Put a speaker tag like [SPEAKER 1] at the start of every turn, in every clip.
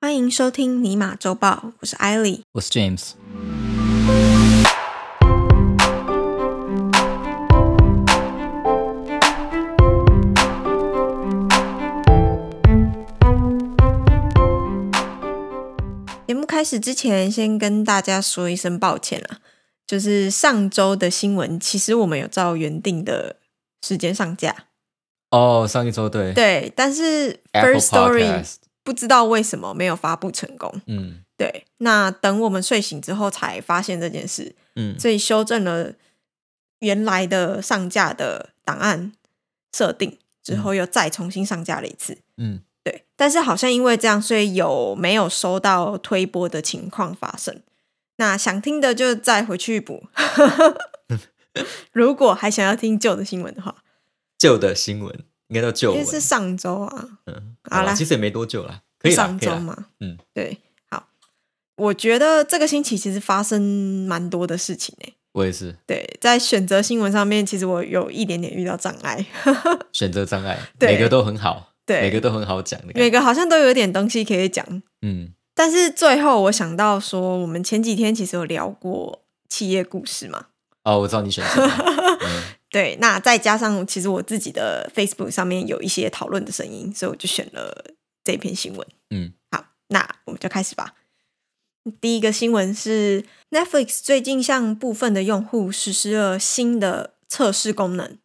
[SPEAKER 1] 欢迎收听尼玛周报，我是艾莉。
[SPEAKER 2] 我是 James。
[SPEAKER 1] 节目开始之前，先跟大家说一声抱歉啦，就是上周的新闻，其实我们有照原定的时间上架，
[SPEAKER 2] 哦，上一周对
[SPEAKER 1] 对，但是
[SPEAKER 2] Apple
[SPEAKER 1] First Story
[SPEAKER 2] Podcast
[SPEAKER 1] 不知道为什么没有发布成功。
[SPEAKER 2] 嗯
[SPEAKER 1] 对，那等我们睡醒之后才发现这件事，
[SPEAKER 2] 嗯
[SPEAKER 1] 所以修正了原来的上架的档案设定之后，又再重新上架了一次。
[SPEAKER 2] 嗯，
[SPEAKER 1] 对，但是好像因为这样，所以有没有收到推播的情况发生？那想听的就再回去补。 如果还想要听旧的新闻的话，
[SPEAKER 2] 旧的新闻应该叫旧
[SPEAKER 1] 因为
[SPEAKER 2] 闻，
[SPEAKER 1] 是上周啊，
[SPEAKER 2] 嗯，
[SPEAKER 1] 好啦
[SPEAKER 2] 啦，其实也没多久啦，可以啦
[SPEAKER 1] 上
[SPEAKER 2] 可以
[SPEAKER 1] 周
[SPEAKER 2] 啦
[SPEAKER 1] 嘛，
[SPEAKER 2] 嗯，
[SPEAKER 1] 对，好，我觉得这个星期其实发生蛮多的事情诶、欸
[SPEAKER 2] 我也是
[SPEAKER 1] 对，在选择新闻上面，其实我有一点点遇到障碍，
[SPEAKER 2] 选择障碍，
[SPEAKER 1] 对
[SPEAKER 2] 每个都很好，
[SPEAKER 1] 对
[SPEAKER 2] 每个都很好讲的感
[SPEAKER 1] 每
[SPEAKER 2] 觉，
[SPEAKER 1] 个好像都有一点东西可以讲，
[SPEAKER 2] 嗯
[SPEAKER 1] 但是最后我想到说，我们前几天其实有聊过企业故事嘛，
[SPEAKER 2] 哦，我知道你选 什么，嗯
[SPEAKER 1] 对，那再加上其实我自己的 Facebook 上面有一些讨论的声音，所以我就选了这篇新闻。
[SPEAKER 2] 嗯，
[SPEAKER 1] 好，那我们就开始吧。第一个新闻是 Netflix 最近向部分的用户实施了新的测试功能，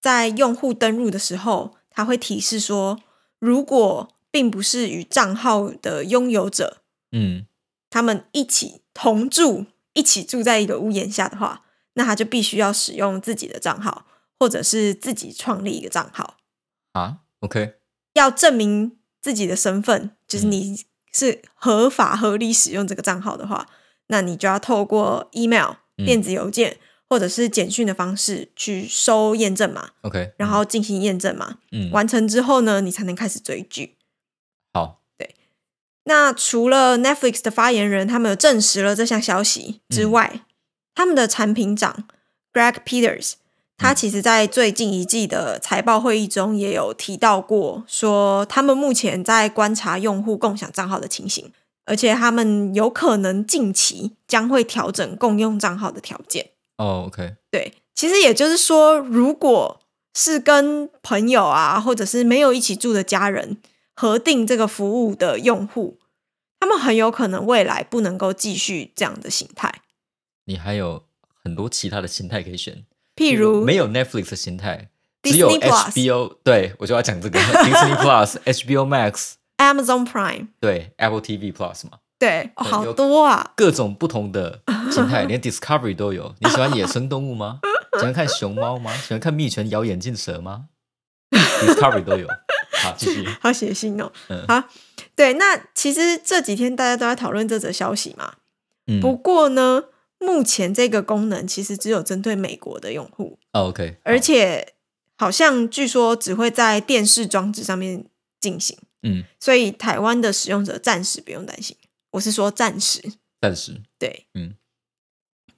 [SPEAKER 1] 在用户登入的时候，它会提示说，如果并不是与账号的拥有者
[SPEAKER 2] 嗯
[SPEAKER 1] 他们一起同住，一起住在一个屋檐下的话，那他就必须要使用自己的账号，或者是自己创立一个账号，
[SPEAKER 2] 啊，OK，
[SPEAKER 1] 要证明自己的身份，
[SPEAKER 2] 嗯
[SPEAKER 1] 就是你是合法合理使用这个账号的话，那你就要透过 email
[SPEAKER 2] 嗯
[SPEAKER 1] 电子邮件、或者是简讯的方式去收验证码，
[SPEAKER 2] OK，
[SPEAKER 1] 然后进行验证码，
[SPEAKER 2] 嗯，
[SPEAKER 1] 完成之后呢，你才能开始追剧。
[SPEAKER 2] 好，
[SPEAKER 1] 那除了 Netflix 的发言人他们有证实了这项消息之外，他们的产品长 Greg Peters，他其实在最近一季的财报会议中也有提到过，说他们目前在观察用户共享账号的情形，而且他们有可能近期将会调整共用账号的条件。
[SPEAKER 2] 哦，OK，
[SPEAKER 1] 对，其实也就是说，如果是跟朋友啊，或者是没有一起住的家人核定这个服务的用户，他们很有可能未来不能够继续这样的形态。
[SPEAKER 2] 你还有很多其他的心态可以选，
[SPEAKER 1] 譬如，
[SPEAKER 2] 嗯没有 Netflix 的心态，只有
[SPEAKER 1] Disney Plus
[SPEAKER 2] HBO，对我就要 讲这个 Disney Plus、HBO Max，
[SPEAKER 1] Amazon Prime，
[SPEAKER 2] 对 Apple TV Plus 嘛。
[SPEAKER 1] 对，哦、
[SPEAKER 2] 对
[SPEAKER 1] 好
[SPEAKER 2] 有
[SPEAKER 1] 多啊，
[SPEAKER 2] 各种不同的心态，连 Discovery 都有。你喜欢野生动物吗？喜欢看熊猫吗？喜欢看蜜泉咬眼镜蛇吗？Discovery 都有。好，继续。
[SPEAKER 1] 好血腥哦。
[SPEAKER 2] 嗯
[SPEAKER 1] 好，对，那其实这几天大家都在讨论这则消息嘛。
[SPEAKER 2] 嗯，
[SPEAKER 1] 不过呢，目前这个功能其实只有针对美国的用户。
[SPEAKER 2] 哦，OK，
[SPEAKER 1] 而
[SPEAKER 2] 好
[SPEAKER 1] 且好像据说只会在电视装置上面进行，
[SPEAKER 2] 嗯，
[SPEAKER 1] 所以台湾的使用者暂时不用担心。我是说暂时，
[SPEAKER 2] 暂时
[SPEAKER 1] 对，
[SPEAKER 2] 嗯。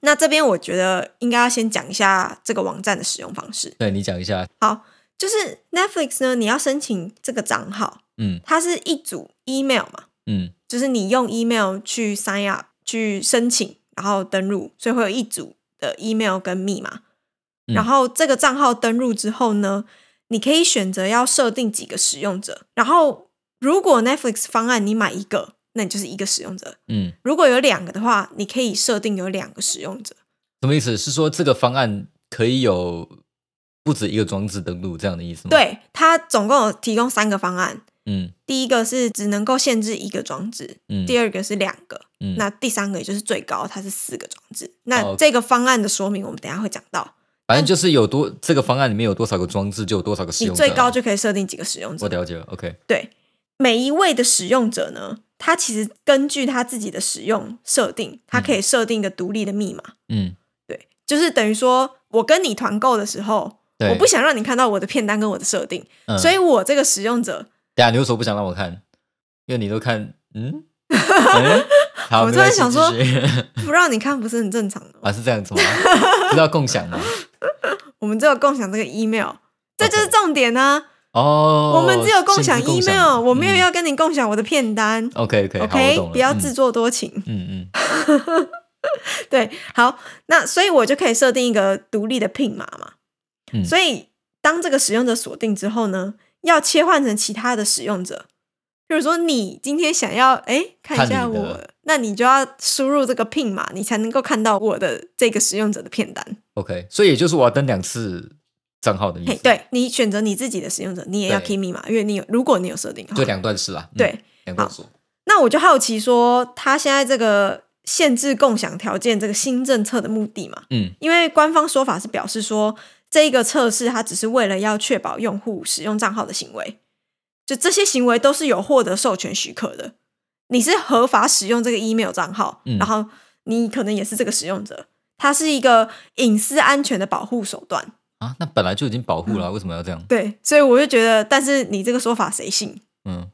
[SPEAKER 1] 那这边我觉得应该要先讲一下这个网站的使用方式。
[SPEAKER 2] 对你讲一下。
[SPEAKER 1] 好，就是 Netflix 呢，你要申请这个账号，
[SPEAKER 2] 嗯
[SPEAKER 1] 它是一组 email 嘛，
[SPEAKER 2] 嗯
[SPEAKER 1] 就是你用 email 去 sign up 去申请，然后登录，所以会有一组的 email 跟密码。
[SPEAKER 2] 嗯
[SPEAKER 1] 然后这个账号登录之后呢，你可以选择要设定几个使用者。然后如果 Netflix 方案你买一个，那你就是一个使用者；
[SPEAKER 2] 嗯，
[SPEAKER 1] 如果有两个的话，你可以设定有两个使用者。
[SPEAKER 2] 什么意思？是说这个方案可以有不止一个装置登录这样的意思吗？，
[SPEAKER 1] 对，它总共有提供三个方案。
[SPEAKER 2] 嗯
[SPEAKER 1] 第一个是只能够限制一个装置，
[SPEAKER 2] 嗯，
[SPEAKER 1] 第二个是两个，
[SPEAKER 2] 嗯
[SPEAKER 1] 那第三个也就是最高，它是四个装置。
[SPEAKER 2] 哦
[SPEAKER 1] 那这个方案的说明，我们等一下会讲到。
[SPEAKER 2] 反正就是有多这个方案里面有多少个装置，就有多少个使
[SPEAKER 1] 你
[SPEAKER 2] 用者。嗯
[SPEAKER 1] 最高就可以设定几个使用
[SPEAKER 2] 我
[SPEAKER 1] 者。
[SPEAKER 2] 了解了。OK，
[SPEAKER 1] 对，每一位的使用者呢，他其实根据他自己的使用设定，他可以设定一个独立的密码。
[SPEAKER 2] 嗯，
[SPEAKER 1] 对，就是等于说我跟你团购的时候，
[SPEAKER 2] 对。
[SPEAKER 1] 我不想让你看到我的片单跟我的设定，
[SPEAKER 2] 嗯
[SPEAKER 1] 所以我这个使用者，
[SPEAKER 2] 等一下你为什么不想让我看？因为你都看，嗯， 嗯好，
[SPEAKER 1] 我
[SPEAKER 2] 没
[SPEAKER 1] 突然
[SPEAKER 2] 关系
[SPEAKER 1] 想说
[SPEAKER 2] 继续
[SPEAKER 1] 不让你看不是很正常的吗。
[SPEAKER 2] 啊，是这样子吗？ 知道共享吗
[SPEAKER 1] 我们只有共享这个 email，这就是
[SPEAKER 2] OK
[SPEAKER 1] 重点呢、啊
[SPEAKER 2] 哦，
[SPEAKER 1] 我们只有共享
[SPEAKER 2] 薪资
[SPEAKER 1] email，我没有
[SPEAKER 2] 嗯
[SPEAKER 1] 要跟你共享我的片单。
[SPEAKER 2] OK OK，好，我
[SPEAKER 1] OK，
[SPEAKER 2] 懂了。
[SPEAKER 1] 不要自作多情。
[SPEAKER 2] 嗯，嗯嗯，
[SPEAKER 1] 对，好，那所以我就可以设定一个独立的 pin 码嘛。
[SPEAKER 2] 嗯
[SPEAKER 1] 所以当这个使用者锁定之后呢，要切换成其他的使用者。比如说，你今天想要哎看一下
[SPEAKER 2] 看你的
[SPEAKER 1] 我，那你就要输入这个 pin 码，你才能够看到我的这个使用者的片单。
[SPEAKER 2] OK，所以也就是我要登两次账号的意
[SPEAKER 1] 嘿
[SPEAKER 2] 思，，
[SPEAKER 1] 对你选择你自己的使用者，你也要
[SPEAKER 2] 嗯对
[SPEAKER 1] key 密码，因为你有如果你有设定好
[SPEAKER 2] 就，两段式啦，嗯
[SPEAKER 1] 对，，
[SPEAKER 2] 两段锁，
[SPEAKER 1] 那我就好奇说，他现在这个限制共享条件这个新政策的目的嘛？
[SPEAKER 2] 嗯，
[SPEAKER 1] 因为官方说法是表示说，这一个测试它只是为了要确保用户使用账号的行为，就这些行为都是有获得授权许可的，你是合法使用这个 email 账号，
[SPEAKER 2] 嗯
[SPEAKER 1] 然后你可能也是这个使用者，它是一个隐私安全的保护手段。
[SPEAKER 2] 啊，那本来就已经保护了，为什么要这样？
[SPEAKER 1] 对，所以我就觉得，但是你这个说法谁信？
[SPEAKER 2] 嗯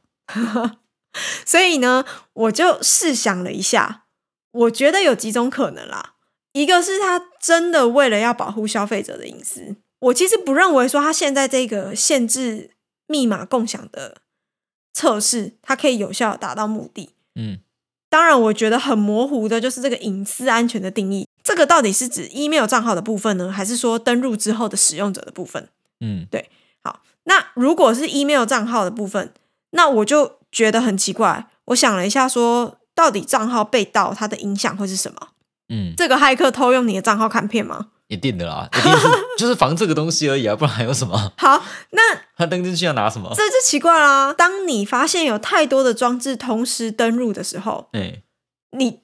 [SPEAKER 1] 所以呢，我就试想了一下，我觉得有几种可能啦。一个是他真的为了要保护消费者的隐私，我其实不认为说他现在这个限制密码共享的测试，它可以有效地达到目的。
[SPEAKER 2] 嗯，
[SPEAKER 1] 当然，我觉得很模糊的就是这个隐私安全的定义，这个到底是指 email 账号的部分呢，还是说登录之后的使用者的部分？
[SPEAKER 2] 嗯
[SPEAKER 1] 那如果是 email 账号的部分，那我就觉得很奇怪。我想了一下说到底账号被盗它的影响会是什么？
[SPEAKER 2] 嗯，
[SPEAKER 1] 这个骇客偷用你的账号看片吗？
[SPEAKER 2] 一定的啦，一定是就是防这个东西而已啊，不然还有什么？
[SPEAKER 1] 好，那
[SPEAKER 2] 他登进去要拿什么？
[SPEAKER 1] 这就奇怪啦。当你发现有太多的装置同时登入的时候，
[SPEAKER 2] 哎，
[SPEAKER 1] 你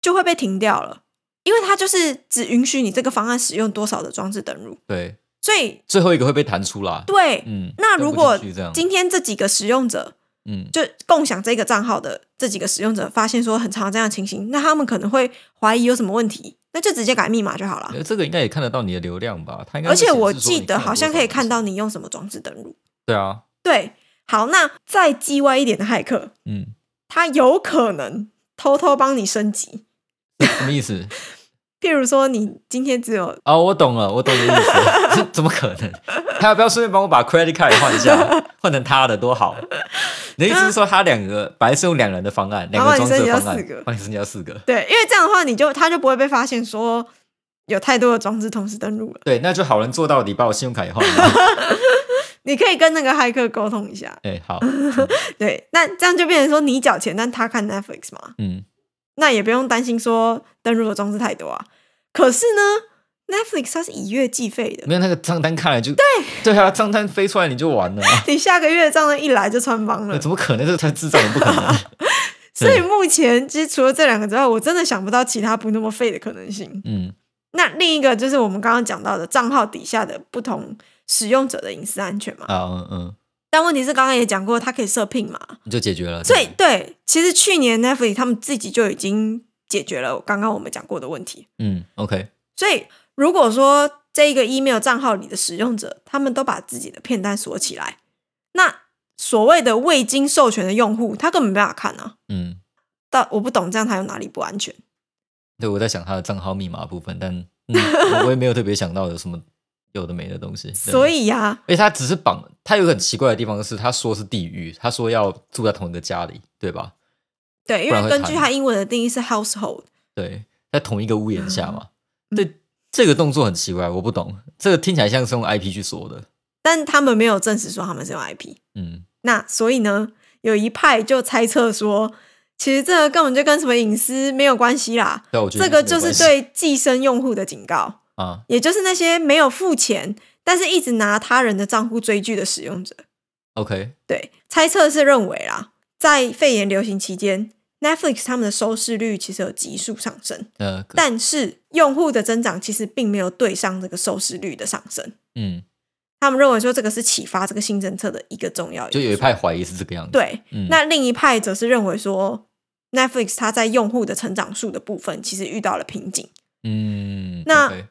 [SPEAKER 1] 就会被停掉了，因为它就是只允许你这个方案使用多少的装置登入。
[SPEAKER 2] 对，
[SPEAKER 1] 所以，
[SPEAKER 2] 最后一个会被弹出啦。
[SPEAKER 1] 对，
[SPEAKER 2] 嗯，
[SPEAKER 1] 那如果
[SPEAKER 2] 登不进去这样，
[SPEAKER 1] 今天这几个使用者
[SPEAKER 2] 嗯
[SPEAKER 1] 就共享这个账号的这几个使用者发现说很常有这样的情形，那他们可能会怀疑有什么问题，那就直接改密码就好了。
[SPEAKER 2] 呃这个应该也看得到你的流量吧？他应该
[SPEAKER 1] 而
[SPEAKER 2] 会
[SPEAKER 1] 且
[SPEAKER 2] 显示说
[SPEAKER 1] 我
[SPEAKER 2] 你
[SPEAKER 1] 记得
[SPEAKER 2] 了多
[SPEAKER 1] 好像可以
[SPEAKER 2] 少
[SPEAKER 1] 看
[SPEAKER 2] 东
[SPEAKER 1] 到
[SPEAKER 2] 西
[SPEAKER 1] 你用什么装置登录。
[SPEAKER 2] 对啊，
[SPEAKER 1] 对，好，那再叽歪一点的骇客，
[SPEAKER 2] 嗯，
[SPEAKER 1] 他有可能偷偷帮你升级。
[SPEAKER 2] 什么意思？
[SPEAKER 1] 譬如说，你今天只有
[SPEAKER 2] 哦，我懂了，我懂你的意 思。这怎么可能？他要不要顺便帮我把 credit card 也换一 下，换成他的多好？你的意思是说他两个本来是用两人的方案，两个装置的方
[SPEAKER 1] 然后你升级到四个
[SPEAKER 2] 案，帮你升级到四个，
[SPEAKER 1] 对，因为这样的话，你就他就不会被发现说有太多的装置同时登录了。
[SPEAKER 2] 对，那就好人做到底，把我信用卡也换了。
[SPEAKER 1] 你可以跟那个骇客沟通一下。
[SPEAKER 2] 哎、好，
[SPEAKER 1] 对，那这样就变成说你缴钱，但他看 Netflix 嘛。
[SPEAKER 2] 嗯，
[SPEAKER 1] 那也不用担心说登录的装置太多啊。可是呢，Netflix 它是以月计费 的，
[SPEAKER 2] 没有那个账单看了就对，对啊，账单飞出来你就 完了，
[SPEAKER 1] 你下个月账单一来就穿帮了。
[SPEAKER 2] 怎么可能？这太智障了，不可能。
[SPEAKER 1] 所以目前其实除了这两个之外，我真的想不到其他不那么费的可能性。
[SPEAKER 2] 嗯
[SPEAKER 1] 那另一个就是我们刚刚讲到的账号底下的不同使用者的隐私安全嘛。
[SPEAKER 2] 啊嗯嗯，
[SPEAKER 1] 但问题是，刚刚也讲过，它可以设 PIN 嘛。
[SPEAKER 2] 你就解决了。
[SPEAKER 1] 所以对，其实去年 Netflix 他们自己就已经解决了刚刚我们讲过的问题。
[SPEAKER 2] 嗯，OK，
[SPEAKER 1] 所以如果说这一个 email 账号里的使用者，他们都把自己的片单锁起来，那所谓的未经授权的用户，他根本没办法看啊。
[SPEAKER 2] 嗯，
[SPEAKER 1] 但我不懂这样他有哪里不安全。
[SPEAKER 2] 对，我在想他的账号密码部分，但、嗯、我也没有特别想到有什么有的没的东西。对
[SPEAKER 1] 所以呀、
[SPEAKER 2] 而且他只是绑，他有个很奇怪的地方是，他说是地狱，他说要住在同一个家里，对吧？
[SPEAKER 1] 对，因
[SPEAKER 2] 不然
[SPEAKER 1] 为
[SPEAKER 2] 会
[SPEAKER 1] 根据
[SPEAKER 2] 谈
[SPEAKER 1] 它英文的定义是 household，
[SPEAKER 2] 对，在同一个屋檐下嘛。
[SPEAKER 1] 嗯
[SPEAKER 2] 对，这个动作很奇怪，我不懂。这个听起来像是用 IP 去说的。
[SPEAKER 1] 但他们没有证实说他们是用 IP。
[SPEAKER 2] 嗯，
[SPEAKER 1] 那所以呢，有一派就猜测说，其实这个根本就跟什么隐私没有关系啦，
[SPEAKER 2] 对，我觉得
[SPEAKER 1] 这个
[SPEAKER 2] 没
[SPEAKER 1] 就
[SPEAKER 2] 有
[SPEAKER 1] 是
[SPEAKER 2] 关系
[SPEAKER 1] 对寄生用户的警告。
[SPEAKER 2] 啊，
[SPEAKER 1] 也就是那些没有付钱，但是一直拿他人的账户追剧的使用者。
[SPEAKER 2] OK，
[SPEAKER 1] 对，猜测是认为啦，在肺炎流行期间，Netflix 他们的收视率其实有急速上升，
[SPEAKER 2] 呃，
[SPEAKER 1] 但是用户的增长其实并没有对上这个收视率的上升。
[SPEAKER 2] 嗯，
[SPEAKER 1] 他们认为说这个是启发这个新政策的一个重要因素
[SPEAKER 2] 就有一派怀疑是这个样子。，
[SPEAKER 1] 对，
[SPEAKER 2] 嗯，
[SPEAKER 1] 那另一派则是认为说 Netflix 它在用户的成长数的部分其实遇到了瓶颈。
[SPEAKER 2] 嗯，
[SPEAKER 1] 那
[SPEAKER 2] OK，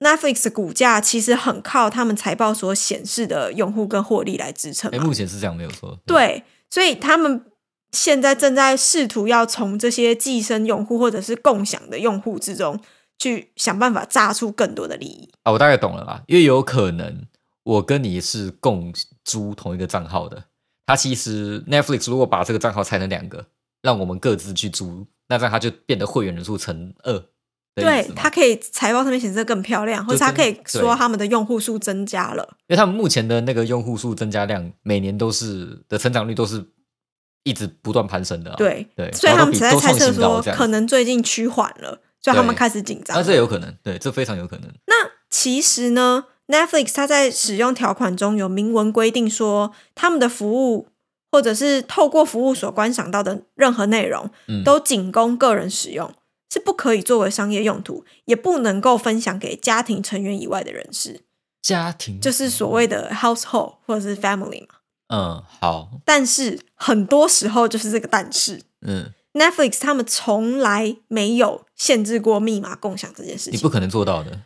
[SPEAKER 1] Netflix 的股价其实很靠他们财报所显示的用户跟获利来支撑
[SPEAKER 2] 哎，
[SPEAKER 1] 嘛。
[SPEAKER 2] 目前是这样没有错。，
[SPEAKER 1] 对，所以他们现在正在试图要从这些寄生用户或者是共享的用户之中去想办法榨出更多的利益。
[SPEAKER 2] 啊，我大概懂了啦，因为有可能我跟你是共租同一个账号的。它其实 Netflix 如果把这个账号拆成两个，让我们各自去租，那这样它就变得会员人数乘二的意
[SPEAKER 1] 对
[SPEAKER 2] 思，嘛。
[SPEAKER 1] 它可以财报上面显示得更漂亮，或者
[SPEAKER 2] 就
[SPEAKER 1] 它可以
[SPEAKER 2] 真对
[SPEAKER 1] 说他们的用户数增加了。
[SPEAKER 2] 因为他们目前的那个用户数增加量，每年都是的成长率都是一直不断攀升的、啊。
[SPEAKER 1] 对，
[SPEAKER 2] 对，
[SPEAKER 1] 所以
[SPEAKER 2] 然后
[SPEAKER 1] 他
[SPEAKER 2] 都
[SPEAKER 1] 们
[SPEAKER 2] 比
[SPEAKER 1] 才在
[SPEAKER 2] 都
[SPEAKER 1] 猜
[SPEAKER 2] 创
[SPEAKER 1] 测
[SPEAKER 2] 新高
[SPEAKER 1] 说，
[SPEAKER 2] 这样
[SPEAKER 1] 可能最近趋缓了，所以他们
[SPEAKER 2] 对
[SPEAKER 1] 开始紧张
[SPEAKER 2] 那
[SPEAKER 1] 了。
[SPEAKER 2] 这有可能，对，这非常有可能。
[SPEAKER 1] 那其实呢，Netflix 它在使用条款中有明文规定说，他们的服务或者是透过服务所观赏到的任何内容，
[SPEAKER 2] 嗯
[SPEAKER 1] 都仅供个人使用，是不可以作为商业用途，也不能够分享给家庭成员以外的人士，
[SPEAKER 2] 家庭
[SPEAKER 1] 就是所谓的 household 或者是 family 嘛。
[SPEAKER 2] 嗯，好，
[SPEAKER 1] 但是很多时候就是这个但是。
[SPEAKER 2] 嗯，
[SPEAKER 1] Netflix 他们从来没有限制过密码共享这件事
[SPEAKER 2] 你不
[SPEAKER 1] 情，
[SPEAKER 2] 可能做到的。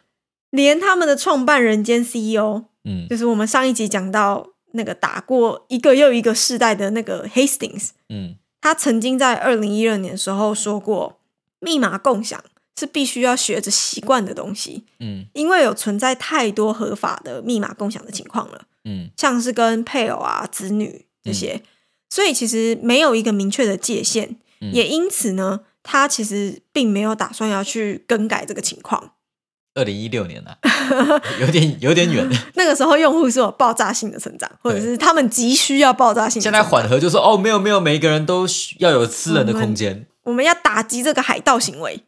[SPEAKER 1] 连他们的创办人兼 E CEO
[SPEAKER 2] 嗯
[SPEAKER 1] 就是我们上一集讲到那个打过一个又一个世代的那个 Hastings，
[SPEAKER 2] 嗯，
[SPEAKER 1] 他曾经在二零一六年的时候说过，密码共享是必须要学着习惯的东西，
[SPEAKER 2] 嗯
[SPEAKER 1] 因为有存在太多合法的密码共享的情况了，
[SPEAKER 2] 嗯
[SPEAKER 1] 像是跟配偶啊、子女这些，所以其实没有一个明确的界限，
[SPEAKER 2] 嗯
[SPEAKER 1] 也因此呢，他其实并没有打算要去更改这个情况。
[SPEAKER 2] 二零一六年啊， 有点有 点远。
[SPEAKER 1] 那个时候，用户是有爆炸性的成长，或者是他们急需要爆炸性的
[SPEAKER 2] 现
[SPEAKER 1] 成
[SPEAKER 2] 在
[SPEAKER 1] 长。
[SPEAKER 2] 缓和就说哦，没有没有，每一个人都需要有私人的
[SPEAKER 1] 我们
[SPEAKER 2] 空间，
[SPEAKER 1] 我们要打击这个海盗行为。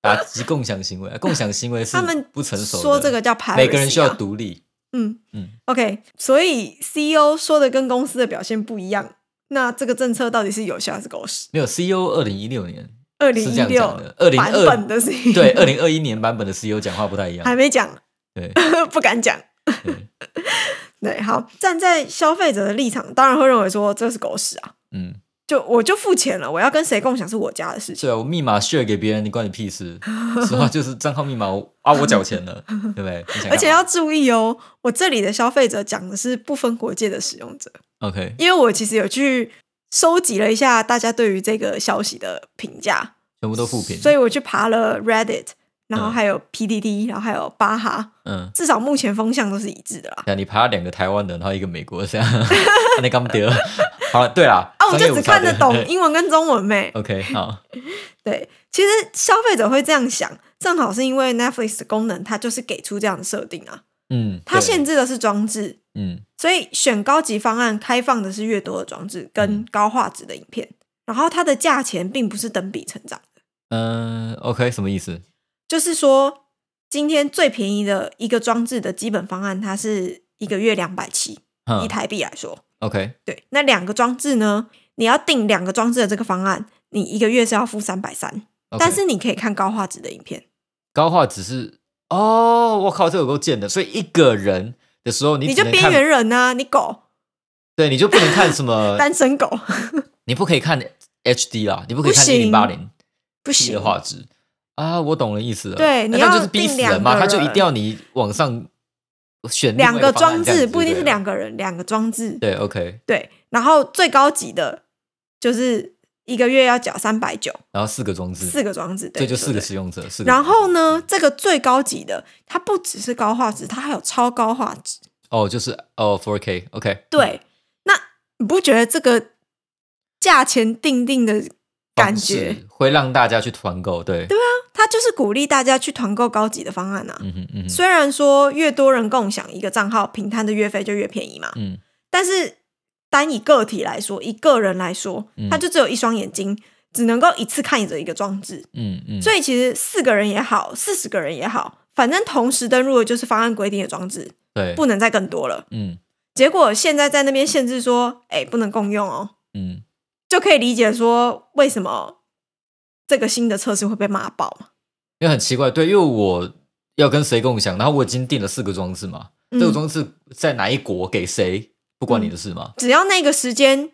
[SPEAKER 2] 打击共享 行为，共享行为是
[SPEAKER 1] 他们
[SPEAKER 2] 不成熟的。
[SPEAKER 1] 说这个叫 piracy，、啊、
[SPEAKER 2] 每个人需要独立。
[SPEAKER 1] 嗯
[SPEAKER 2] 嗯
[SPEAKER 1] OK，所以 CEO 说的跟公司的表现不一样，那这个政策到底是有效还是狗屎？
[SPEAKER 2] 没有 CEO 二零一六年，
[SPEAKER 1] 二零
[SPEAKER 2] 是这
[SPEAKER 1] 一
[SPEAKER 2] 样
[SPEAKER 1] 六
[SPEAKER 2] 讲的2020
[SPEAKER 1] 版本的 CEO
[SPEAKER 2] 对二零二一年版本的 CEO 讲话不太一样
[SPEAKER 1] 还。没讲，
[SPEAKER 2] 对，
[SPEAKER 1] 不敢讲
[SPEAKER 2] 对。
[SPEAKER 1] 对，好，站在消费者的立场，当然会认为说这是狗屎啊！
[SPEAKER 2] 嗯，
[SPEAKER 1] 就我就付钱了，我要跟谁共享是我家的事情。
[SPEAKER 2] 对啊，我密码 share 给别人，你关你 屁事。实话就是账号密码我啊，我缴钱了，对不对？你啊想干嘛
[SPEAKER 1] 而且要注意哦，我这里的消费者讲的是不分国界的使用者。
[SPEAKER 2] OK，
[SPEAKER 1] 因为我其实有去收集了一下大家对于这个消息的评价，
[SPEAKER 2] 全部都复评。
[SPEAKER 1] 所以我去爬了 Reddit，然后
[SPEAKER 2] 嗯
[SPEAKER 1] 还有 PDD，、然后还有巴哈，
[SPEAKER 2] 嗯，
[SPEAKER 1] 至少目前风向都是一致的啦。
[SPEAKER 2] 那你爬两个台湾的，然后一个美国，这样 那刚丢。 好了，对啦，
[SPEAKER 1] 啊，我
[SPEAKER 2] 商业
[SPEAKER 1] 就只
[SPEAKER 2] 无差
[SPEAKER 1] 看
[SPEAKER 2] 别
[SPEAKER 1] 得 懂
[SPEAKER 2] 对
[SPEAKER 1] 英文跟中文呗。
[SPEAKER 2] OK，好，
[SPEAKER 1] 对，其实消费者会这样想，正好是因为 Netflix 的功能它就是给出这样的设定啊，
[SPEAKER 2] 嗯，
[SPEAKER 1] 它
[SPEAKER 2] 对
[SPEAKER 1] 限制的是装置，
[SPEAKER 2] 嗯
[SPEAKER 1] 所以选高级方案开放的是越多的装置
[SPEAKER 2] 嗯
[SPEAKER 1] 跟高画质的影片，然后它的价钱并不是等比成长。
[SPEAKER 2] 嗯、呃 OK 什么意思？
[SPEAKER 1] 就是说，今天最便宜的一个装置的基本方案，它是一个月两百七，
[SPEAKER 2] 嗯
[SPEAKER 1] 以台币来说，
[SPEAKER 2] OK，
[SPEAKER 1] 对。那两个装置呢，你要订两个装置的这个方案，你一个月是要付三百三，但是你可以看高画质的影片，
[SPEAKER 2] 高画只是哦，我靠，这有够贱的。所以一个人的时候你，
[SPEAKER 1] 你
[SPEAKER 2] 只
[SPEAKER 1] 就
[SPEAKER 2] 能
[SPEAKER 1] 边
[SPEAKER 2] 看
[SPEAKER 1] 缘人啊，你狗，
[SPEAKER 2] 对，你就不能看什 么，
[SPEAKER 1] 单身狗，
[SPEAKER 2] 你不可以看 HD 啦，你不可以
[SPEAKER 1] 不
[SPEAKER 2] 看
[SPEAKER 1] 行
[SPEAKER 2] 一零八零
[SPEAKER 1] 不
[SPEAKER 2] P
[SPEAKER 1] 行
[SPEAKER 2] 的，画质啊。我懂了意思了，
[SPEAKER 1] 对你
[SPEAKER 2] 那这样
[SPEAKER 1] 要
[SPEAKER 2] 就是逼
[SPEAKER 1] 定
[SPEAKER 2] 死
[SPEAKER 1] 两
[SPEAKER 2] 人嘛，
[SPEAKER 1] 个
[SPEAKER 2] 他就一
[SPEAKER 1] 人
[SPEAKER 2] 定要你往上选另
[SPEAKER 1] 两
[SPEAKER 2] 外一
[SPEAKER 1] 个
[SPEAKER 2] 方案
[SPEAKER 1] 装
[SPEAKER 2] 这样
[SPEAKER 1] 置
[SPEAKER 2] 子
[SPEAKER 1] 不一定
[SPEAKER 2] 对
[SPEAKER 1] 是
[SPEAKER 2] 了
[SPEAKER 1] 两个人，两个装置，
[SPEAKER 2] 对 OK，
[SPEAKER 1] 对。然后最高级的就是一个月要缴三百九，
[SPEAKER 2] 然后四个装置，
[SPEAKER 1] 四个装置，对
[SPEAKER 2] 这就
[SPEAKER 1] 你说
[SPEAKER 2] 四个
[SPEAKER 1] 对
[SPEAKER 2] 使用者，四个
[SPEAKER 1] 然
[SPEAKER 2] 装置
[SPEAKER 1] 后呢，这个最高级的，它不只是高画质，它还有超高画质。
[SPEAKER 2] 哦，就是哦 Four K OK，
[SPEAKER 1] 对，那你不觉得这个价钱定定的感觉，
[SPEAKER 2] 会让大家去团购，对对啊，
[SPEAKER 1] 它就是鼓励大家去团购高级的方案啊？
[SPEAKER 2] 嗯哼嗯哼
[SPEAKER 1] 虽然说越多人共享一个账号，平摊的月费就越便宜嘛，
[SPEAKER 2] 嗯
[SPEAKER 1] 但是单以个体来说，一个人来说，
[SPEAKER 2] 嗯
[SPEAKER 1] 他就只有一双眼睛，只能够一次看着一个装置。
[SPEAKER 2] 嗯嗯，
[SPEAKER 1] 所以其实四个人也好，四十个人也好，反正同时登录的就是方案规定的装置。
[SPEAKER 2] 对
[SPEAKER 1] 不能再更多了。
[SPEAKER 2] 嗯
[SPEAKER 1] 结果现在在那边限制说，哎、不能共用哦，
[SPEAKER 2] 嗯
[SPEAKER 1] 就可以理解说为什么这个新的测试会被骂爆嘛。
[SPEAKER 2] 因为很奇怪，对，因为我要跟谁共享，然后我已经定了四个装置嘛，
[SPEAKER 1] 嗯
[SPEAKER 2] 这个装置在哪一国给谁，不关你的事嘛，
[SPEAKER 1] 只要那个时间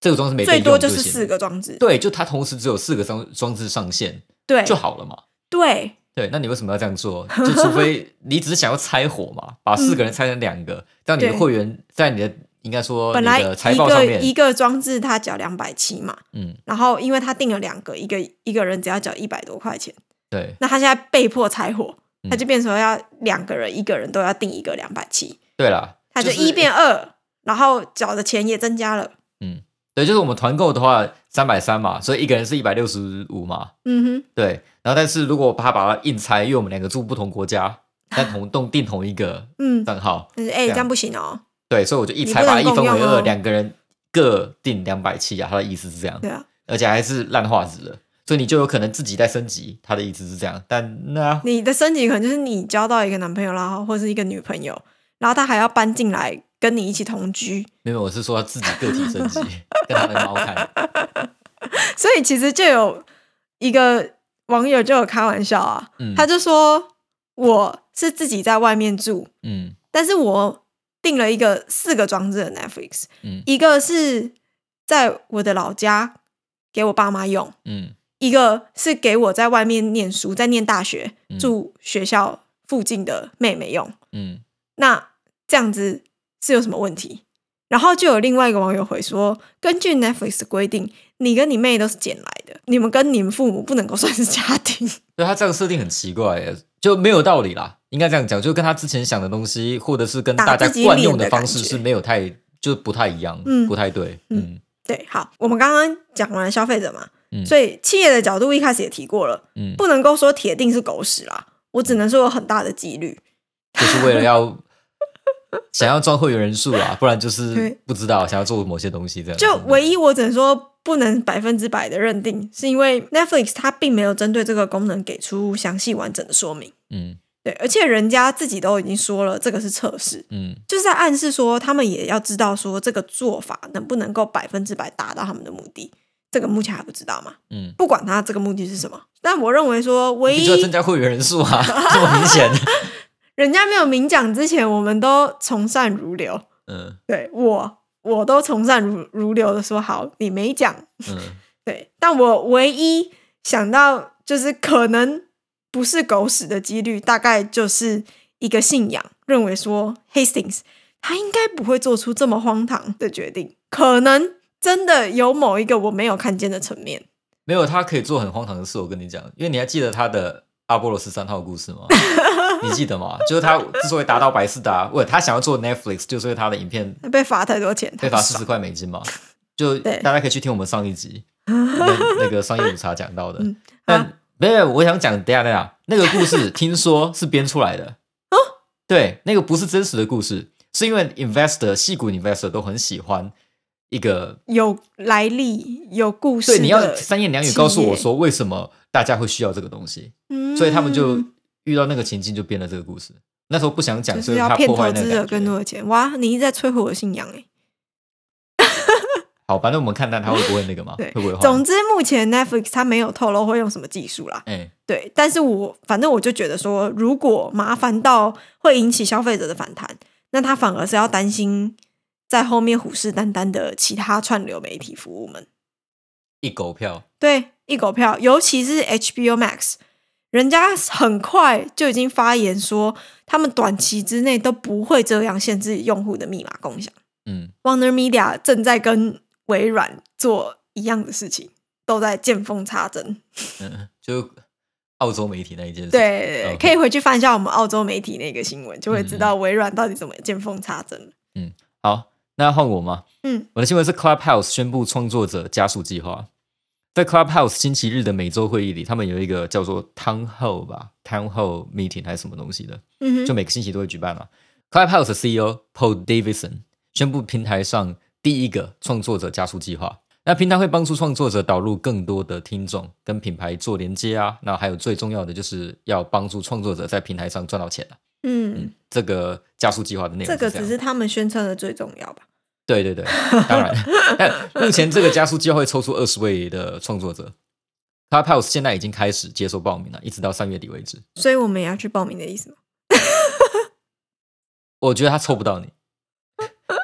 [SPEAKER 2] 这个装置没被
[SPEAKER 1] 嗯最
[SPEAKER 2] 用
[SPEAKER 1] 多
[SPEAKER 2] 就
[SPEAKER 1] 就是
[SPEAKER 2] 行
[SPEAKER 1] 四，个装置，
[SPEAKER 2] 对，就它同时只有四个装装置上线
[SPEAKER 1] 对
[SPEAKER 2] 就好了嘛。
[SPEAKER 1] 对
[SPEAKER 2] 对，那你为什么要这样做？就 除非你只是想要拆伙嘛，把四个人拆成两个，让你
[SPEAKER 1] 嗯
[SPEAKER 2] 的
[SPEAKER 1] 对
[SPEAKER 2] 会员在你的应该说
[SPEAKER 1] 本
[SPEAKER 2] 哦
[SPEAKER 1] 来
[SPEAKER 2] 你的财
[SPEAKER 1] 一
[SPEAKER 2] 报上
[SPEAKER 1] 个一
[SPEAKER 2] 面，
[SPEAKER 1] 个装置它缴两百七嘛，
[SPEAKER 2] 嗯，
[SPEAKER 1] 然后因为他订了两个，一个一个人只要缴一百多块钱，
[SPEAKER 2] 对，
[SPEAKER 1] 那他现在被迫拆伙，
[SPEAKER 2] 嗯
[SPEAKER 1] 他就变成要两个人，一个人都要定一个两百七，
[SPEAKER 2] 对啦，
[SPEAKER 1] 他就是一变二，然后缴的钱也增加了。
[SPEAKER 2] 对，就是我们团购的话，三百三嘛，所以一个人是一百六十五嘛，
[SPEAKER 1] 嗯
[SPEAKER 2] 对。然后但是如果他把它硬拆，因为我们两个住不同国家，但同栋订同一个
[SPEAKER 1] 哼，嗯，
[SPEAKER 2] 账号，
[SPEAKER 1] 但是哎、这
[SPEAKER 2] 这样
[SPEAKER 1] 样不行哦。
[SPEAKER 2] 对，所以我就一拆
[SPEAKER 1] 你不
[SPEAKER 2] 把它
[SPEAKER 1] 能
[SPEAKER 2] 一分
[SPEAKER 1] 共
[SPEAKER 2] 为
[SPEAKER 1] 用
[SPEAKER 2] 二，
[SPEAKER 1] 哦
[SPEAKER 2] 两个人各订两百七啊，他的意思是这样，
[SPEAKER 1] 对啊，
[SPEAKER 2] 而且还是烂画质的，所以你就有可能自己在升级，他的意思是这样，但那
[SPEAKER 1] 你的升级可能就是你交到一个男朋友啦，然后或是一个女朋友，然后他还要搬进来跟你一起同居，
[SPEAKER 2] 没有，我是说他自己个体升级，跟他的猫看，
[SPEAKER 1] 所以其实就有一个网友就有开玩笑啊，
[SPEAKER 2] 嗯
[SPEAKER 1] 他就说我是自己在外面住，
[SPEAKER 2] 嗯
[SPEAKER 1] 但是我订了一个四个装置的 Netflix，
[SPEAKER 2] 嗯
[SPEAKER 1] 一个是在我的老家给我爸妈用，
[SPEAKER 2] 嗯
[SPEAKER 1] 一个是给我在外面念书，在念大学
[SPEAKER 2] 嗯
[SPEAKER 1] 住学校附近的妹妹用。
[SPEAKER 2] 嗯，
[SPEAKER 1] 那这样子是有什么问题？然后就有另外一个网友回说，根据 Netflix 的规定，你跟你妹都是捡来的，你们跟你们父母不能够 算是家庭。
[SPEAKER 2] 对他这个设定很奇怪耶，就没有道理啦，应该这样讲，就跟他之前想的东西，或者是跟
[SPEAKER 1] 打
[SPEAKER 2] 大家
[SPEAKER 1] 自己
[SPEAKER 2] 惯
[SPEAKER 1] 脸
[SPEAKER 2] 用
[SPEAKER 1] 的
[SPEAKER 2] 方
[SPEAKER 1] 感
[SPEAKER 2] 式
[SPEAKER 1] 觉
[SPEAKER 2] 是没有太，就不太一样，
[SPEAKER 1] 嗯
[SPEAKER 2] 不太对，
[SPEAKER 1] 嗯
[SPEAKER 2] 嗯
[SPEAKER 1] 对，好，我们刚刚讲完了消费者嘛，
[SPEAKER 2] 嗯
[SPEAKER 1] 所以企业的角度一开始也提过了，
[SPEAKER 2] 嗯，
[SPEAKER 1] 不能够说铁定是狗屎啦，我只能说有很大的几率。
[SPEAKER 2] 就是为了要 想要赚会员人数啊啦，不然就
[SPEAKER 1] 对
[SPEAKER 2] 是不知道想要做某些东西这样子。
[SPEAKER 1] 就唯一我只能说不能百分之百的认定，是因为 Netflix 它并没有针对这个功能给出详细完整的说明。
[SPEAKER 2] 嗯
[SPEAKER 1] 对，而且人家自己都已经说了，这个是测试，
[SPEAKER 2] 嗯
[SPEAKER 1] 就是在暗示说他们也要知道说这个做法能不能够百分之百达到他们的目的。这个目前还不知道嘛，
[SPEAKER 2] 嗯，
[SPEAKER 1] 不管他这个目的是什么，但我认为说唯
[SPEAKER 2] 你就要增
[SPEAKER 1] 一
[SPEAKER 2] 加会员人数啊， 这么明显。
[SPEAKER 1] 人家没有明讲之前，我们都从善如流。
[SPEAKER 2] 嗯
[SPEAKER 1] 对我，我都从善如如流的说好，你没讲，
[SPEAKER 2] 嗯
[SPEAKER 1] 对，但我唯一想到就是可能不是狗屎的几率，大概就是一个信仰认为说 Hastings 他应该不会做出这么荒唐的决定，可能真的有某一个我没有看见的层面。
[SPEAKER 2] 没有，他可以做很荒唐的事，我跟你讲，因为你还记得他的阿波罗十三号故事吗？你记得吗？就是他之所以达到百事达，不，他想要做 Netflix，就是因为他的影片
[SPEAKER 1] 他被罚太多钱，
[SPEAKER 2] 被罚
[SPEAKER 1] 他
[SPEAKER 2] 四十块美金嘛。就
[SPEAKER 1] 对
[SPEAKER 2] 大家可以去听我们上一集那那个商业午茶讲到的
[SPEAKER 1] 嗯，
[SPEAKER 2] 但没有，我想讲，等一下等一下，那个故事听说是编出 来的
[SPEAKER 1] 哦
[SPEAKER 2] 对，那个不是真实的故事，是因为 investor 戏骨 investor 都很喜欢一个
[SPEAKER 1] 有来历、有故事
[SPEAKER 2] 对，
[SPEAKER 1] 的。
[SPEAKER 2] 你要三言两语告
[SPEAKER 1] 企
[SPEAKER 2] 诉
[SPEAKER 1] 业
[SPEAKER 2] 我说为什么大家会需要这个东西，
[SPEAKER 1] 嗯，
[SPEAKER 2] 所以他们就遇到那个情境就编了这个故事。那时候不想讲，
[SPEAKER 1] 就
[SPEAKER 2] 所
[SPEAKER 1] 是
[SPEAKER 2] 以
[SPEAKER 1] 要
[SPEAKER 2] 他
[SPEAKER 1] 骗
[SPEAKER 2] 破
[SPEAKER 1] 投
[SPEAKER 2] 坏那
[SPEAKER 1] 资
[SPEAKER 2] 个
[SPEAKER 1] 者
[SPEAKER 2] 感觉
[SPEAKER 1] 更多的钱。哇，你一直在摧毁我的信仰哎、
[SPEAKER 2] 好，反正我们看看他会不会那个嘛，哦会
[SPEAKER 1] 对，
[SPEAKER 2] 不会换？
[SPEAKER 1] 总之目前 Netflix 它没有透露会用什么技术啦，
[SPEAKER 2] 哎，
[SPEAKER 1] 对，但是我反正我就觉得说，如果麻烦到会引起消费者的反弹，那他反而是要担心在后面虎视眈眈的其他串流媒体服务们。
[SPEAKER 2] 一狗票，
[SPEAKER 1] 对，一狗票，尤其是 HBO Max，人家很快就已经发言说，他们短期之内都不会这样限制用户的密码共享。
[SPEAKER 2] 嗯
[SPEAKER 1] Warner Media 正在跟微软做一样的事情，都在见缝插针。
[SPEAKER 2] 嗯，就澳洲媒体那一件事，，
[SPEAKER 1] 对，
[SPEAKER 2] 哦 OK 嗯
[SPEAKER 1] 可以回去翻一下我们澳洲媒体那个新闻，就会知道微软到底怎么见缝插针。
[SPEAKER 2] 好，那换我吗？
[SPEAKER 1] 嗯，
[SPEAKER 2] 我的新闻是 Clubhouse 宣布创作者加速计划。在 Clubhouse 星期日的每周会议里，他们有一个叫做 Town Hall 吧，Town Hall Meeting 还是什么东西的，
[SPEAKER 1] 嗯
[SPEAKER 2] 就
[SPEAKER 1] 哼，
[SPEAKER 2] 每个星期都会举办了、Clubhouse 的 CEO E Paul Davidson 宣布平台上第一个创作者加速计划。那平台会帮助创作者导入更多的听众，跟品牌做连接啊。那还有最重要的就是要帮助创作者在平台上赚到钱啊。
[SPEAKER 1] 嗯，
[SPEAKER 2] 这个加速计划的内容
[SPEAKER 1] 这
[SPEAKER 2] 是这
[SPEAKER 1] 个
[SPEAKER 2] 样。
[SPEAKER 1] 只是他们宣称的最重要吧？
[SPEAKER 2] 对对对，当然。但目前这个加速计划会抽出二十位的创作者。Clubhouse 现在已经开始接受报名了，一直到三月底为止。
[SPEAKER 1] 所以我们也要去报名的意思吗？
[SPEAKER 2] 我觉得他抽不到你，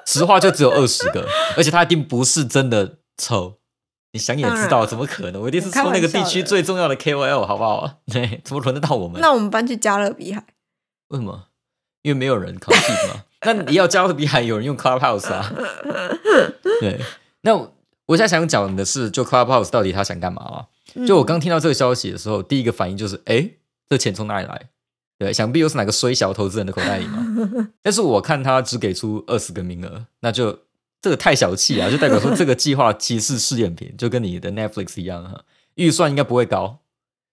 [SPEAKER 2] 实话就只有二十个，而且他一定不是真的抽。你想也知
[SPEAKER 1] 当
[SPEAKER 2] 道，
[SPEAKER 1] 然
[SPEAKER 2] 怎么可能？我一定是
[SPEAKER 1] 我开
[SPEAKER 2] 抽
[SPEAKER 1] 玩
[SPEAKER 2] 那个地
[SPEAKER 1] 笑
[SPEAKER 2] 区
[SPEAKER 1] 的
[SPEAKER 2] 最重要的 KOL，好不好？ 对，怎么轮得到我们？
[SPEAKER 1] 那我们搬去加勒比海，
[SPEAKER 2] 为什么？因为没有人 compete 嘛。那你要加勒比海有人用 Clubhouse 啊？对。那我我现在想讲的是，就 Clubhouse 到底他想干嘛嘛？啊
[SPEAKER 1] 嗯
[SPEAKER 2] 就我刚听到这个消息的时候，第一个反应就是，哎，这钱从哪里来？对，想必又是哪个衰小投资人的口袋 里嘛。但是我看他只给出二十个名额，那就这个太小气啊，就代表说这个计划其实是试验品，就跟你的 Netflix 一样哈，预算应该不会高，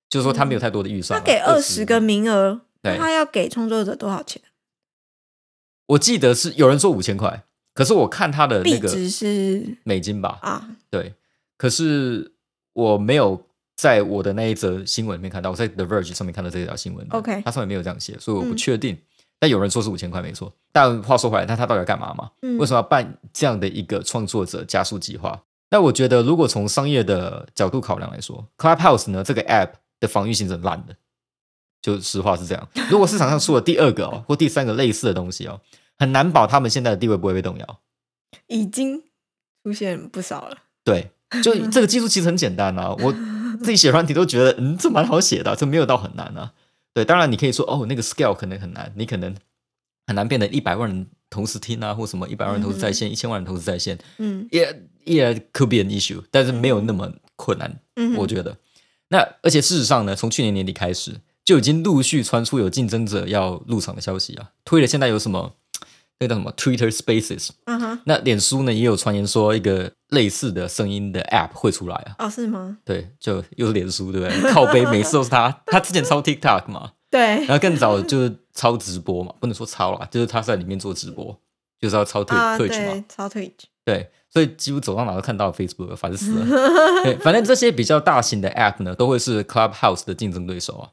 [SPEAKER 2] 就是说他没有太多的预
[SPEAKER 1] 他
[SPEAKER 2] 算
[SPEAKER 1] 嗯
[SPEAKER 2] 啊。
[SPEAKER 1] 给二十个
[SPEAKER 2] 20，
[SPEAKER 1] 名额，那
[SPEAKER 2] 对
[SPEAKER 1] 他要给创作者多少钱？
[SPEAKER 2] 我记得是有人说五千块，可是我看他的那
[SPEAKER 1] 币
[SPEAKER 2] 个
[SPEAKER 1] 值是
[SPEAKER 2] 美金吧，
[SPEAKER 1] 啊，
[SPEAKER 2] 对，可是我没有在我的那一则新闻里面看到，我在 The Verge 上面看到这条新闻的
[SPEAKER 1] OK
[SPEAKER 2] 它上面没有这样写，所以我不
[SPEAKER 1] 嗯
[SPEAKER 2] 确定。但有人说是五千块没错，但话说回来，那他到底要干嘛嘛？
[SPEAKER 1] 嗯
[SPEAKER 2] 为什么要办这样的一个创作者加速计划？但我觉得，如果从商业的角度考量来说，Clubhouse 呢这个 App 的防御性是很烂的，就实话是 这样。如果市场上出了第二个哦，或第三个类似的东西哦，很难保他们现在的地位不会被动摇。
[SPEAKER 1] 已经出现不少了。
[SPEAKER 2] 对，就这个技术其实很简单啊，我自己写软体都觉得，嗯，这蛮好写的啊、这没有到很难啊。对，当然你可以说，哦，那个 scale 可能很难，你可能很难变得一百万人同时听啊，或什么一百万人同时在线、一千万人同时在线，
[SPEAKER 1] 嗯
[SPEAKER 2] 也也 could be an issue，但是没有那么困难，
[SPEAKER 1] 嗯，
[SPEAKER 2] 我觉得。那而且事实上呢，从去年年底开始，就已经陆续传出有竞争者要入场的消息啊。推了现在有什么那个叫什么 Twitter Spaces，
[SPEAKER 1] 啊哈，
[SPEAKER 2] 那脸书呢也有传言说一个类似的声音的 App 会出来啊，
[SPEAKER 1] 哦是吗？
[SPEAKER 2] 对，就又是脸书，对不对？ 靠背每次都是他，他之前抄 TikTok 嘛，
[SPEAKER 1] 对
[SPEAKER 2] 然后更早就是抄直播嘛，不能说抄啦，就是他在里面做直播，就是要抄 Twi-
[SPEAKER 1] 啊，
[SPEAKER 2] Twitch 嘛，
[SPEAKER 1] 对，超 Twitch，
[SPEAKER 2] 对，所以几乎走到哪都看到 Facebook，了烦 死了。对，反正这些比较大型的 App 呢，都会是 Clubhouse 的竞争对手啊。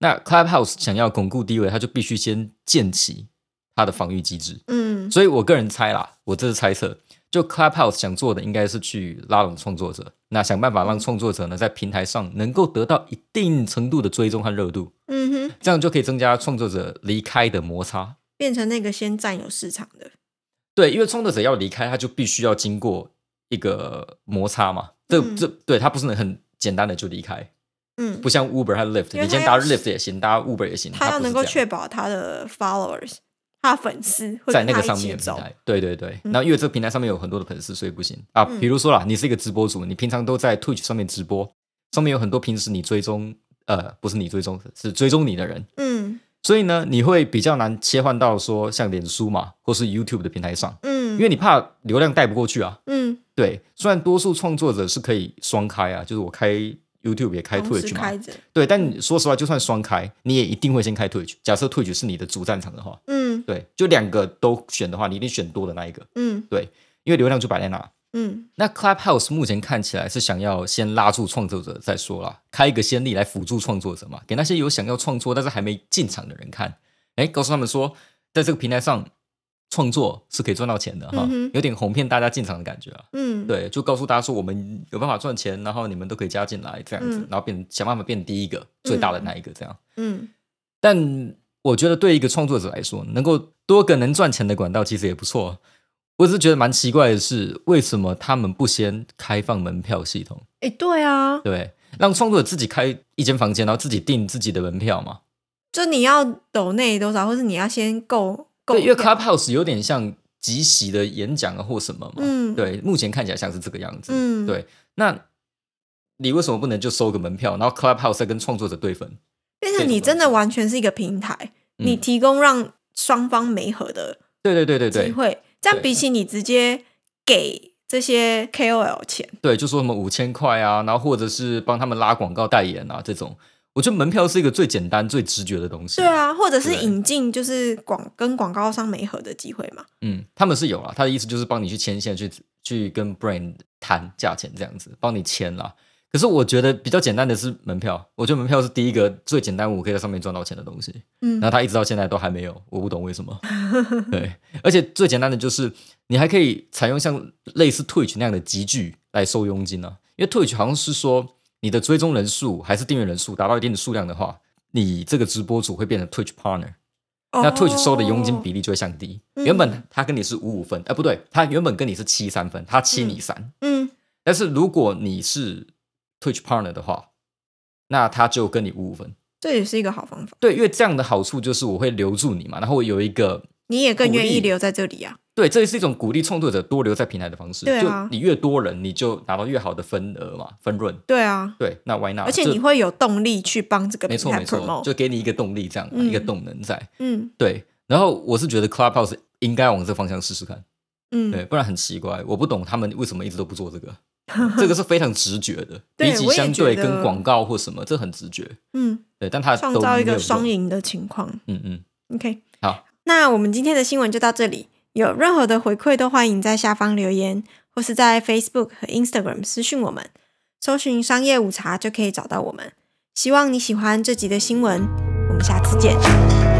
[SPEAKER 2] 那 Clubhouse 想要巩固地位，它就必须先建起它的防御机制。
[SPEAKER 1] 嗯
[SPEAKER 2] 所以我个人猜啦，我这是猜测，就 Clubhouse 想做的应该是去拉拢创作者，那想办法让创作者呢在平台上能够得到一定程度的追踪和热度，
[SPEAKER 1] 嗯哼，
[SPEAKER 2] 这样就可以增加创作者离开的摩擦。
[SPEAKER 1] 变成那个先占有市场的，
[SPEAKER 2] 对，因为创作者要离开，他就必须要经过一个摩擦嘛。这、
[SPEAKER 1] 嗯
[SPEAKER 2] 这对他不是能很简单的就离开，
[SPEAKER 1] 嗯
[SPEAKER 2] 不，像 Uber 和 Lyft，
[SPEAKER 1] 因为
[SPEAKER 2] 你先
[SPEAKER 1] 他要
[SPEAKER 2] 搭 Lyft 也行，搭 Uber 也行，
[SPEAKER 1] 他要
[SPEAKER 2] 不是
[SPEAKER 1] 能够
[SPEAKER 2] 这样
[SPEAKER 1] 确保他的 followers，他的粉丝会
[SPEAKER 2] 在
[SPEAKER 1] 跟
[SPEAKER 2] 那个
[SPEAKER 1] 他
[SPEAKER 2] 上
[SPEAKER 1] 一起
[SPEAKER 2] 面的平
[SPEAKER 1] 走，
[SPEAKER 2] 台，对对对。
[SPEAKER 1] 嗯
[SPEAKER 2] 那因为这个平台上面有很多的粉丝，所以不行啊。比如说啦，你是一个直播主，你平常都在 Twitch 上面直播，上面有很多平时你追踪，呃，不是你追踪，是追踪你的人，
[SPEAKER 1] 嗯
[SPEAKER 2] 所以呢，你会比较难切换到说像脸书嘛，或是 YouTube 的平台上，
[SPEAKER 1] 嗯，
[SPEAKER 2] 因为你怕流量带不过去啊。
[SPEAKER 1] 嗯
[SPEAKER 2] 对，虽然多数创作者是可以双开啊，就是我开 YouTube 也开
[SPEAKER 1] 同时
[SPEAKER 2] Twitch 嘛
[SPEAKER 1] 开，着，嗯
[SPEAKER 2] 对。但你说实话，就算双开，你也一定会先开 Twitch。假设 Twitch 是你的主战场的话，
[SPEAKER 1] 嗯
[SPEAKER 2] 对，就两个都选的话，你一定选多的那一个，
[SPEAKER 1] 嗯
[SPEAKER 2] 因为流量就摆在那。
[SPEAKER 1] 嗯
[SPEAKER 2] 那 Clubhouse 目前看起来是想要先拉住创作者再说啦，开一个先例来辅助创作者嘛，给那些有想要创作但是还没进场的人看，哎，告诉他们说，在这个平台上创作是可以赚到钱的哈，
[SPEAKER 1] 嗯哼
[SPEAKER 2] 有点哄骗大家进场的感觉啊。
[SPEAKER 1] 嗯，，
[SPEAKER 2] 对，就告诉大家说我们有办法赚钱，然后你们都可以加进来这样子，
[SPEAKER 1] 嗯
[SPEAKER 2] 然后变想办法变第一个最大的那一个这样。
[SPEAKER 1] 嗯
[SPEAKER 2] 但我觉得对一个创作者来说，能够多个能赚钱的管道其实也不错。啊我只是觉得蛮奇怪的是，为什么他们不先开放门票系统？
[SPEAKER 1] 哎，对啊，
[SPEAKER 2] 对，让创作者自己开一间房间，然后自己订自己的门票嘛？
[SPEAKER 1] 就你要抖内多少，或是你要先购购
[SPEAKER 2] 对，因为
[SPEAKER 1] 票
[SPEAKER 2] Clubhouse 有点像即席的演讲啊或什么嘛。
[SPEAKER 1] 嗯
[SPEAKER 2] 对，目前看起来像是这个样子。
[SPEAKER 1] 嗯
[SPEAKER 2] 对，那你为什么不能就收个门票，然后 Clubhouse 再跟创作者对分？
[SPEAKER 1] 变成你真的完全是一个平台，你
[SPEAKER 2] 嗯
[SPEAKER 1] 提供让双方媒合的
[SPEAKER 2] 对对对对
[SPEAKER 1] 机
[SPEAKER 2] 对
[SPEAKER 1] 会，这样
[SPEAKER 2] 对
[SPEAKER 1] 比起你直接给这些 KOL 钱，
[SPEAKER 2] 对，就说什么五千块啊，然后或者是帮他们拉广告代言啊这种。我觉得门票是一个最简单、最直觉的东西。
[SPEAKER 1] 对，啊，或者是
[SPEAKER 2] 对
[SPEAKER 1] 引进就是广跟广告商媒合的机会嘛，
[SPEAKER 2] 嗯，他们是有啊，他的意思就是帮你去牵线，去去跟 brand 谈价钱这样子，帮你签啦。可是我觉得比较简单的是门票，我觉得门票是第一个最简单，我可以在上面赚到钱的东西。
[SPEAKER 1] 嗯
[SPEAKER 2] 然后他一直到现在都还没有，我不懂为什么。 对，而且最简单的就是你还可以采用像类似 Twitch 那样的集聚来收佣金啊，因为 Twitch 好像是说你的追踪人数还是订阅人数达到一定的数量的话，你这个直播主会变成 Twitch partner，、那 Twitch 收的佣金比例就会降低。
[SPEAKER 1] 哦嗯
[SPEAKER 2] 原本他跟你是五五分，哎、不对，他原本跟你是七三分，他七你三、
[SPEAKER 1] 嗯
[SPEAKER 2] 但是如果你是 Twitch partner 的话，那他就跟你五五分。
[SPEAKER 1] 这也是一个好方法，
[SPEAKER 2] 对，因为这样的好处就是我会留住你嘛，然后我有一个
[SPEAKER 1] 你也更愿
[SPEAKER 2] 鼓励
[SPEAKER 1] 意留在这里啊。
[SPEAKER 2] 对，这也是一种鼓励创作者多留在平台的方式。
[SPEAKER 1] 对啊
[SPEAKER 2] 就你越多人，你就拿到越好的分额嘛，分润。
[SPEAKER 1] 对啊，
[SPEAKER 2] 对，那 why not？
[SPEAKER 1] 而且
[SPEAKER 2] 就
[SPEAKER 1] 你会有动力去帮这个
[SPEAKER 2] 没
[SPEAKER 1] 平
[SPEAKER 2] 错
[SPEAKER 1] 台
[SPEAKER 2] 没错，
[SPEAKER 1] promote。
[SPEAKER 2] 就给你一个动力，这样、
[SPEAKER 1] 嗯
[SPEAKER 2] 一个动能在。
[SPEAKER 1] 嗯
[SPEAKER 2] 对，然后我是觉得 Clubhouse 应该往这个方向试试看，对，
[SPEAKER 1] 嗯，
[SPEAKER 2] 不然很奇怪，我不懂他们为什么一直都不做 这个。这个是非常直觉的，
[SPEAKER 1] 对
[SPEAKER 2] 比起
[SPEAKER 1] 我也
[SPEAKER 2] 相
[SPEAKER 1] 觉
[SPEAKER 2] 对
[SPEAKER 1] 得
[SPEAKER 2] 跟广告或什么，这很直觉。
[SPEAKER 1] 嗯，
[SPEAKER 2] 对，但他
[SPEAKER 1] 创造一个双
[SPEAKER 2] 双赢。
[SPEAKER 1] 赢的情况。
[SPEAKER 2] 嗯嗯，
[SPEAKER 1] OK，
[SPEAKER 2] 好，
[SPEAKER 1] 那我们今天的新闻就到这里。有任何的回馈都欢迎在下方留言，或是在 Facebook 和 Instagram 私讯我们，搜寻“商业午茶”就可以找到我们。希望你喜欢这集的新闻，我们下次见。